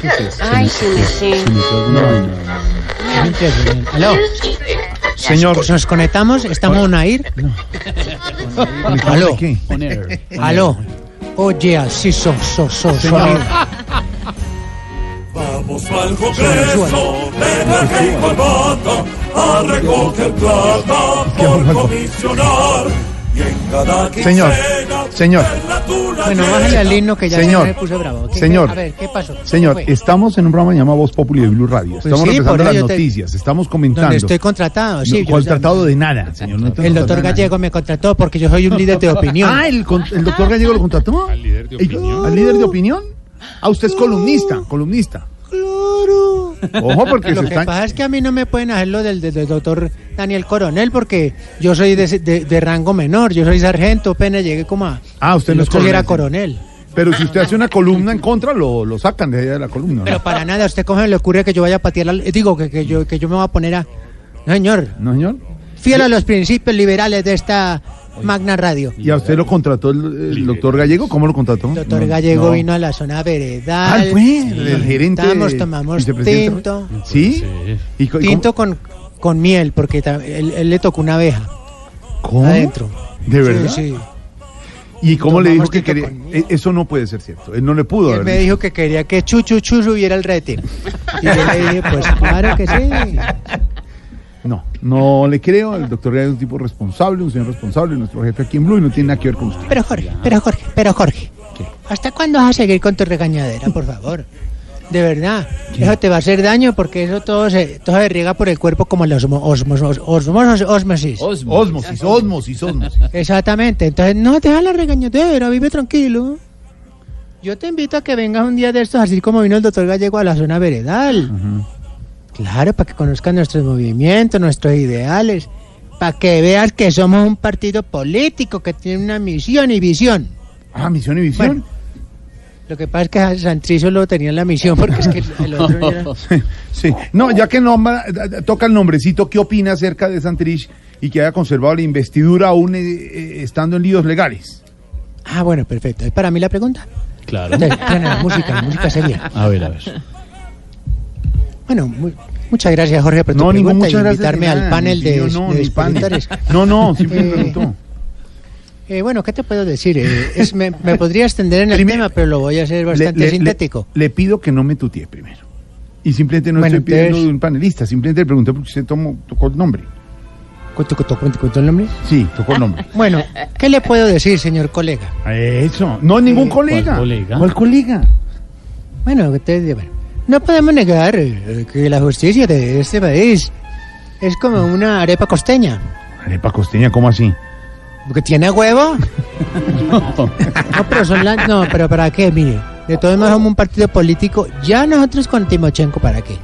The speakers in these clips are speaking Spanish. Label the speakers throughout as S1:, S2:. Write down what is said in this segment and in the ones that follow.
S1: ¿Qué es esto?
S2: Ay, sí, me sé.
S1: Se me fue alguna vaina.
S3: Aló,
S1: Señor,
S3: pues nos conectamos, estamos en air.
S1: ¿conectamos de qué?
S3: Aló, oye, así sos, sos, sos.
S1: Señor,
S4: Vamos al Congreso, ven aquí corbata, a recoger plata por comisionar. Y en cada
S1: Señor,
S4: quincena,
S1: señor.
S4: en la tula
S3: Bueno,
S4: llena.
S3: bájale al himno que ya
S1: Señor.
S3: se me puso bravo. ¿Qué-
S1: Señor.
S3: A ver, ¿qué pasó? ¿Qué
S1: señor,
S3: fue?
S1: estamos en un programa llamado Voz Populi de Blue Radio. Estamos
S3: pues. sí, por
S1: repasando
S3: eso
S1: las
S3: yo te-
S1: noticias, estamos comentando.
S3: Donde estoy contratado, sí. yo-
S1: ¿Cuál tratado de nada, señor? No
S3: El
S1: tenemos
S3: doctor
S1: tratado de
S3: Gallego me contrató porque yo soy un líder de opinión.
S1: nada. Ah, el, con- el doctor Gallego lo contrató. ¿Al líder de opinión? ¿Al líder de opinión? Ah, usted es columnista, columnista.
S3: Claro.
S1: Ojo, porque
S3: Lo
S1: se
S3: que pasa
S1: están.
S3: es que a mí no me pueden hacer lo del, del- del doctor Daniel Coronel porque yo soy de, ese- de- de rango menor, yo soy sargento, apenas llegué como a...
S1: Ah, usted no es
S3: Yo era
S1: coronel,
S3: coronel.
S1: Pero si usted hace una columna en contra, lo, lo sacan de allá de la columna. ¿no?
S3: Pero para nada, a usted cómo se le ocurre que yo vaya a patear la... eh, Digo, que, que yo, que yo me voy a poner a... No, señor,
S1: ¿No, señor?
S3: fiel a los principios liberales de esta magna radio.
S1: ¿Y a usted lo contrató el, el doctor Gallego? ¿Cómo lo contrató?
S3: El doctor
S1: No,
S3: Gallego
S1: no.
S3: vino a la zona veredal.
S1: Ah, él fue el gerente.
S3: Estamos, tomamos
S1: vicepresidente.
S3: tinto.
S1: ¿Sí? ¿Y co- y
S3: Tinto con, con miel, porque ta- él, él le tocó una abeja.
S1: cómo- ¿Cómo?
S3: adentro.
S1: ¿De verdad?
S3: Sí, sí.
S1: ¿Y cómo le
S3: Tomamos
S1: dijo que
S3: tinto
S1: quería?
S3: con-
S1: Eh, Eso no puede ser cierto. Él no le pudo
S3: Y él
S1: haber
S3: me
S1: dicho.
S3: dijo que quería que Chuchu Chu subiera el rating. Y yo le dije, pues claro que sí.
S1: No, no le creo. El doctor Gallego es un tipo responsable, un señor responsable, nuestro jefe aquí en Blue y no tiene nada que ver con usted.
S3: Pero Jorge, pero Jorge, pero Jorge. ¿Hasta cuándo vas a seguir con tu regañadera, por favor? De verdad, eso te va a hacer daño porque eso todo se, todo se riega por el cuerpo como la osmo- osmos- os- osmos- osmosis.
S1: Osmosis, osmosis, osmosis.
S3: Exactamente, entonces no te hagas la regañadera, vive tranquilo. Yo te invito a que vengas un día de estos, así como vino el doctor Gallego a la zona veredal. Claro, para que conozcas nuestros movimientos, nuestros ideales, para que veas que somos un partido político que tiene una misión y visión.
S1: Ah, misión y visión.
S3: Lo que pasa es que a Santrich solo tenía la misión porque es que el otro era...
S1: Sí. No, ya que nombra, eh, toca el nombrecito, ¿qué opina acerca de Santrich y que haya conservado la investidura aún eh, eh, estando en líos legales?
S3: Ah, bueno, perfecto. ¿Es para mí la pregunta?
S5: Claro.
S3: Entonces, bueno, música, música seria.
S5: A ver, a ver.
S3: Bueno, mu- muchas gracias, Jorge, por tu
S1: No, ningún
S3: Pues pregunta
S1: muchas
S3: y
S1: gracias.
S3: invitarme
S1: ni nada,
S3: al panel
S1: ni
S3: de,
S1: pidió, no,
S3: de
S1: ni panel.
S3: expositores.
S1: No, no, siempre me
S3: Eh,
S1: preguntó.
S3: Eh, bueno, ¿qué te puedo decir? Eh, es- me, me podría extender en el
S1: Primero-
S3: tema, pero lo voy a hacer
S1: Le,
S3: bastante
S1: le-
S3: sintético.
S1: le- le pido que no me tutee primero. Y simplemente no
S3: Bueno,
S1: estoy pidiendo
S3: entonces-
S1: de un panelista, simplemente le pregunté porque usted tomó, tocó el nombre.
S3: ¿Cuánto cuánto- cuánto- cuánto el nombre?
S1: Sí, tocó el nombre.
S3: Bueno, ¿qué le puedo decir, señor colega?
S1: Eso. No, ningún colega.
S5: ¿Cuál colega?
S1: ¿Cuál colega?
S3: Bueno, ustedes, bueno, no podemos negar eh, que la justicia de este país es como una arepa costeña.
S1: Arepa costeña, ¿cómo así?
S3: Porque tiene huevo. No, pero son las- no, pero ¿para qué? Mire, de todos modos somos un partido político. Ya nosotros con Timochenko, ¿para qué?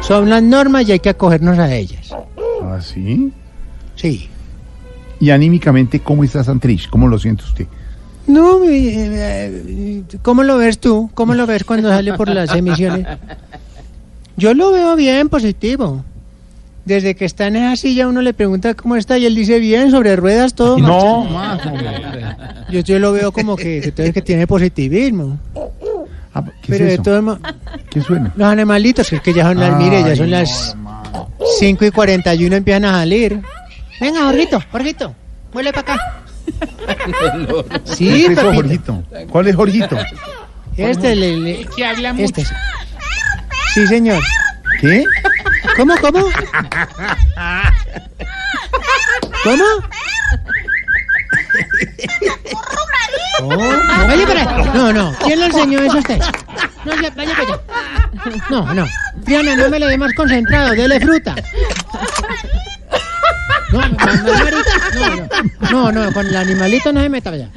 S3: Son las normas y hay que acogernos a ellas.
S1: ¿Ah, sí?
S3: Sí.
S1: Y anímicamente, ¿cómo está Santrich? ¿Cómo lo siente usted?
S3: No, eh, eh, eh, ¿cómo lo ves tú? ¿Cómo lo ves cuando sale por las emisiones? Yo lo veo bien, positivo. Desde que está en esa silla uno le pregunta cómo está y él dice bien, sobre ruedas, todo. marcha.
S1: No, más, hombre.
S3: Yo, yo lo veo como que, entonces, que tiene positivismo.
S1: Ah, ¿Qué es
S3: Pero de
S1: eso?
S3: todos modos,
S1: ¿Qué suena?
S3: los animalitos, que, es que ya son las, mire, ya son las 5 y 41 empiezan a salir. Venga, Jorgito, Jorgito, vuelve para acá. Sí,
S1: ¿Qué es eso,
S3: papito.
S1: Jorgito? ¿Cuál es Jorgito?
S3: Este le, le- este es- Sí, señor.
S1: ¿Qué?
S3: ¿Cómo, cómo? ¿Cómo? Oh, vaya para allá. No, no. ¿Quién le enseñó eso a usted? No, ya, vaya para allá. No, no. Diana, no me le dé más concentrado. Dele fruta. No, ma- ma- Marita, no, no. No, no, con el animalito no se meta para allá.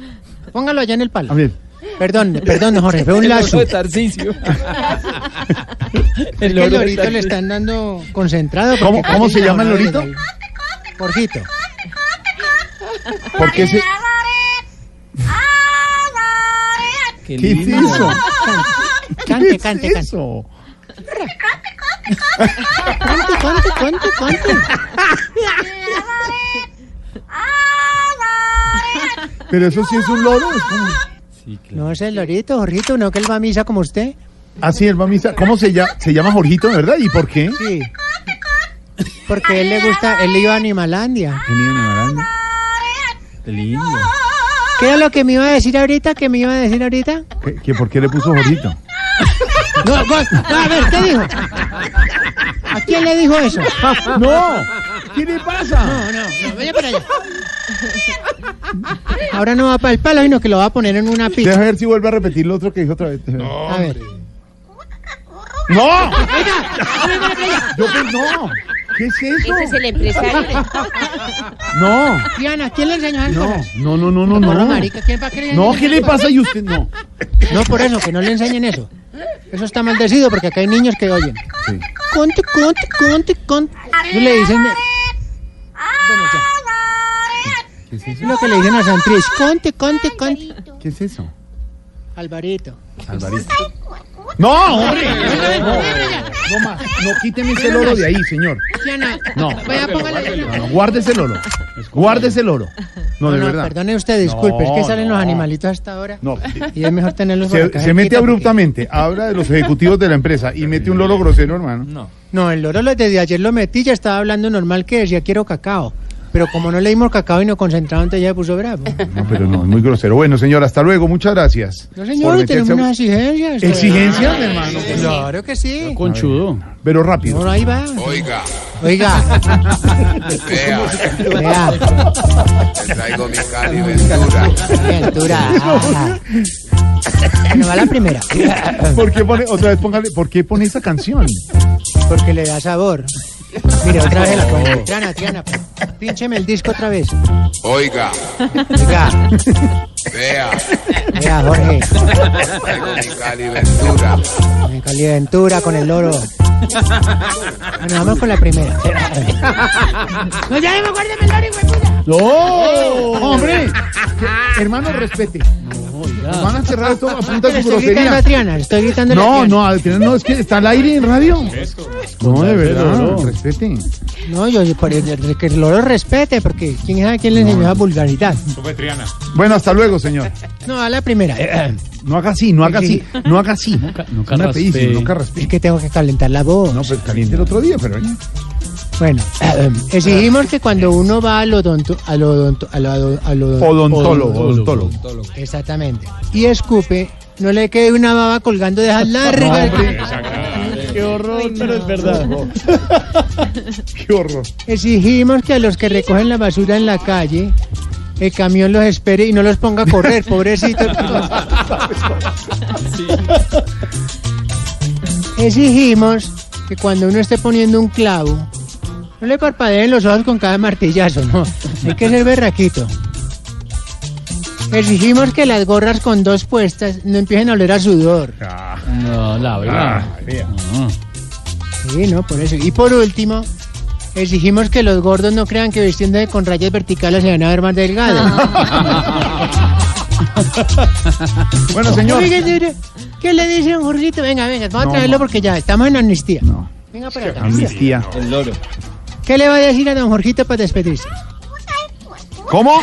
S3: Póngalo allá en el palo.
S1: A ver.
S3: Perdón, perdón, Jorge, fue un
S2: El ojo
S3: lazo.
S2: de
S3: Es
S2: Tarcisio.
S3: que el
S2: loro de
S3: lorito le
S2: Tarcisio.
S3: están dando concentrado. porque
S1: ¿Cómo-
S3: casi
S1: cómo se
S3: no
S1: llama el
S3: hablan
S1: lorito?
S3: ahí. Jorgito.
S1: ¿Por qué se.? ¿Qué
S2: Qué
S1: es
S2: lindo.
S1: eso? ¿Qué
S3: Cante,
S1: es
S3: cante, cante.
S1: eso?
S3: Cante, cante, cante, cante.
S1: Pero eso sí es un loro. es como-
S2: Sí, claro.
S3: No es el lorito, Jorgito, no que él va a misa como usted.
S1: Así es, mamisa. ¿Cómo se llama? Se llama Jorgito, de ¿verdad? ¿Y por qué?
S3: Sí. Porque a él le gusta, él iba a Animalandia.
S1: Genio Nevaranda.
S2: Qué lindo.
S3: ¿Qué era lo que me iba a decir ahorita? ¿Qué me iba a decir ahorita?
S1: ¿Qué, qué, por qué le puso Jorgito?
S3: No, vos- no, a ver, ¿qué dijo? ¿A quién le dijo eso?
S1: ¡No! ¿Qué le pasa?
S3: No, no, vaya para allá. Ahora no va para el palo, sino que lo va a poner en una
S1: Deja
S3: pizza.
S1: ver si vuelve a repetir lo otro que dijo otra vez. ¡No!
S3: A ver.
S1: Yo pe- no. ¿Qué es eso?
S3: Este
S5: Ese es el empresario.
S1: No,
S3: Diana, ¿quién le enseñó esas
S1: no,
S3: cosas?
S1: no, no, no, no,
S3: Porra,
S1: no.
S3: marica, ¿quién va a creer en
S1: No,
S3: esas
S1: ¿qué le
S3: cosas?
S1: pasa y usted no?
S3: No, por eso, que no le enseñen eso. Eso está maldecido porque acá hay niños que oyen. Conte, conte, conte, conte. Eso le dicen. Bueno, ya.
S1: ¿Qué es
S3: Es
S1: eso?
S3: lo que le dicen a Santrich. Conte, conte, conte.
S1: ¿Qué es eso?
S3: Alvarito.
S1: Alvarito. No, hombre. No, no más. No, quíteme ese loro de ahí, señor.
S3: Diana,
S1: No.
S3: vaya, póngale.
S1: No, no, guárdese el oro. Guárdese el oro. No,
S3: No,
S1: de
S3: no,
S1: verdad.
S3: perdone usted, disculpe, es que
S1: No,
S3: salen
S1: no.
S3: los animalitos hasta ahora.
S1: No.
S3: Y es mejor tenerlos por
S1: Se,
S3: acá
S1: se mete
S3: cerquita, porque-
S1: abruptamente, habla de los ejecutivos de la empresa y mete un loro grosero, hermano.
S2: No.
S3: No, el loro lo- desde ayer lo metí, ya estaba hablando normal que decía quiero cacao. Pero como no leímos cacao y nos concentramos, entonces ya se puso bravo.
S1: No, pero no, es muy grosero. Bueno, señor, hasta luego, muchas gracias.
S3: No,
S1: Por
S3: señor, tenemos
S1: meterse a-
S3: unas exigencias.
S1: ¿Exigencias, hermano?
S3: Claro que sí.
S2: Conchudo.
S1: Pero rápido.
S3: Bueno, ahí va.
S6: Oiga,
S3: Oiga,
S6: vea,
S3: vea,
S6: le traigo mi Cali Ventura.
S3: Ventura. ah. Bueno, va la primera,
S1: ¿Por qué pone, otra vez póngale, ¿por qué pone esa canción?
S3: porque le da sabor. Mire, otra vez la pongo. Triana, Triana, píncheme el disco otra vez.
S6: Oiga,
S3: Oiga,
S6: vea,
S3: vea, Jorge.
S6: traigo mi Cali Ventura.
S3: Me Ventura con el loro. Bueno, vamos con la primera. No, ya no, guárdeme el loro, hijo de puta.
S1: ¡No! ¡Hombre! Que- hermano, respete. Nos van a cerrar esto a punta de
S3: Estoy gritando a
S1: grosería.
S3: Triana, estoy gritando a
S1: No,
S3: Triana.
S1: no, al final no, es que está al aire en radio. No, de verdad,
S2: no.
S1: respete.
S3: No, yo, por el- que el loro respete, porque quién sabe quién le enseñó esa vulgaridad.
S1: Bueno, hasta luego, señor.
S3: No, a la primera. Eh,
S1: No haga así, no haga así, no haga así.
S2: nunca
S1: No me pedís,
S2: raspe.
S1: nunca raspe.
S3: Es que tengo que calentar la voz.
S1: No, pues caliente el otro día, pero ya.
S3: Bueno, eh, exigimos que cuando uno va al odonto, al odonto, al odo- al odo-
S1: Odontólogo, odontólogo.
S3: Exactamente. Y escupe, no le quede una baba colgando de esas largas.
S2: Qué horror, pero es verdad.
S1: Qué horror.
S3: Exigimos que a los que recogen la basura en la calle, el camión los espere y no los ponga a correr, pobrecito. Exigimos que cuando uno esté poniendo un clavo, no le parpadeen los ojos con cada martillazo, no. Hay que ser berraquito. Exigimos que las gorras con dos puestas no empiecen a oler a sudor.
S2: No, la verdad.
S1: Ay, vea.
S2: No.
S3: Sí, no, por eso. Y por último, exigimos que los gordos no crean que vistiéndose con rayas verticales se van a ver más delgados.
S1: Bueno, señor.
S3: Oiga, señora, ¿Qué le dice un Jorgito? Venga, venga, vamos
S1: No,
S3: a traerlo
S1: no.
S3: porque ya estamos en amnistía.
S1: No.
S3: Venga para acá.
S1: Amnistía.
S2: El loro.
S3: ¿Qué le va a decir a don Jorgito para despedirse?
S1: ¿Cómo?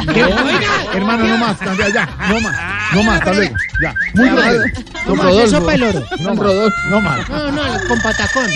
S1: Hermano, no más, ya, ya, no más, no más, hasta luego. Ya. Muy grosero.
S3: No más, de sopa el oro.
S1: No más, no más.
S3: No, no, con patacón.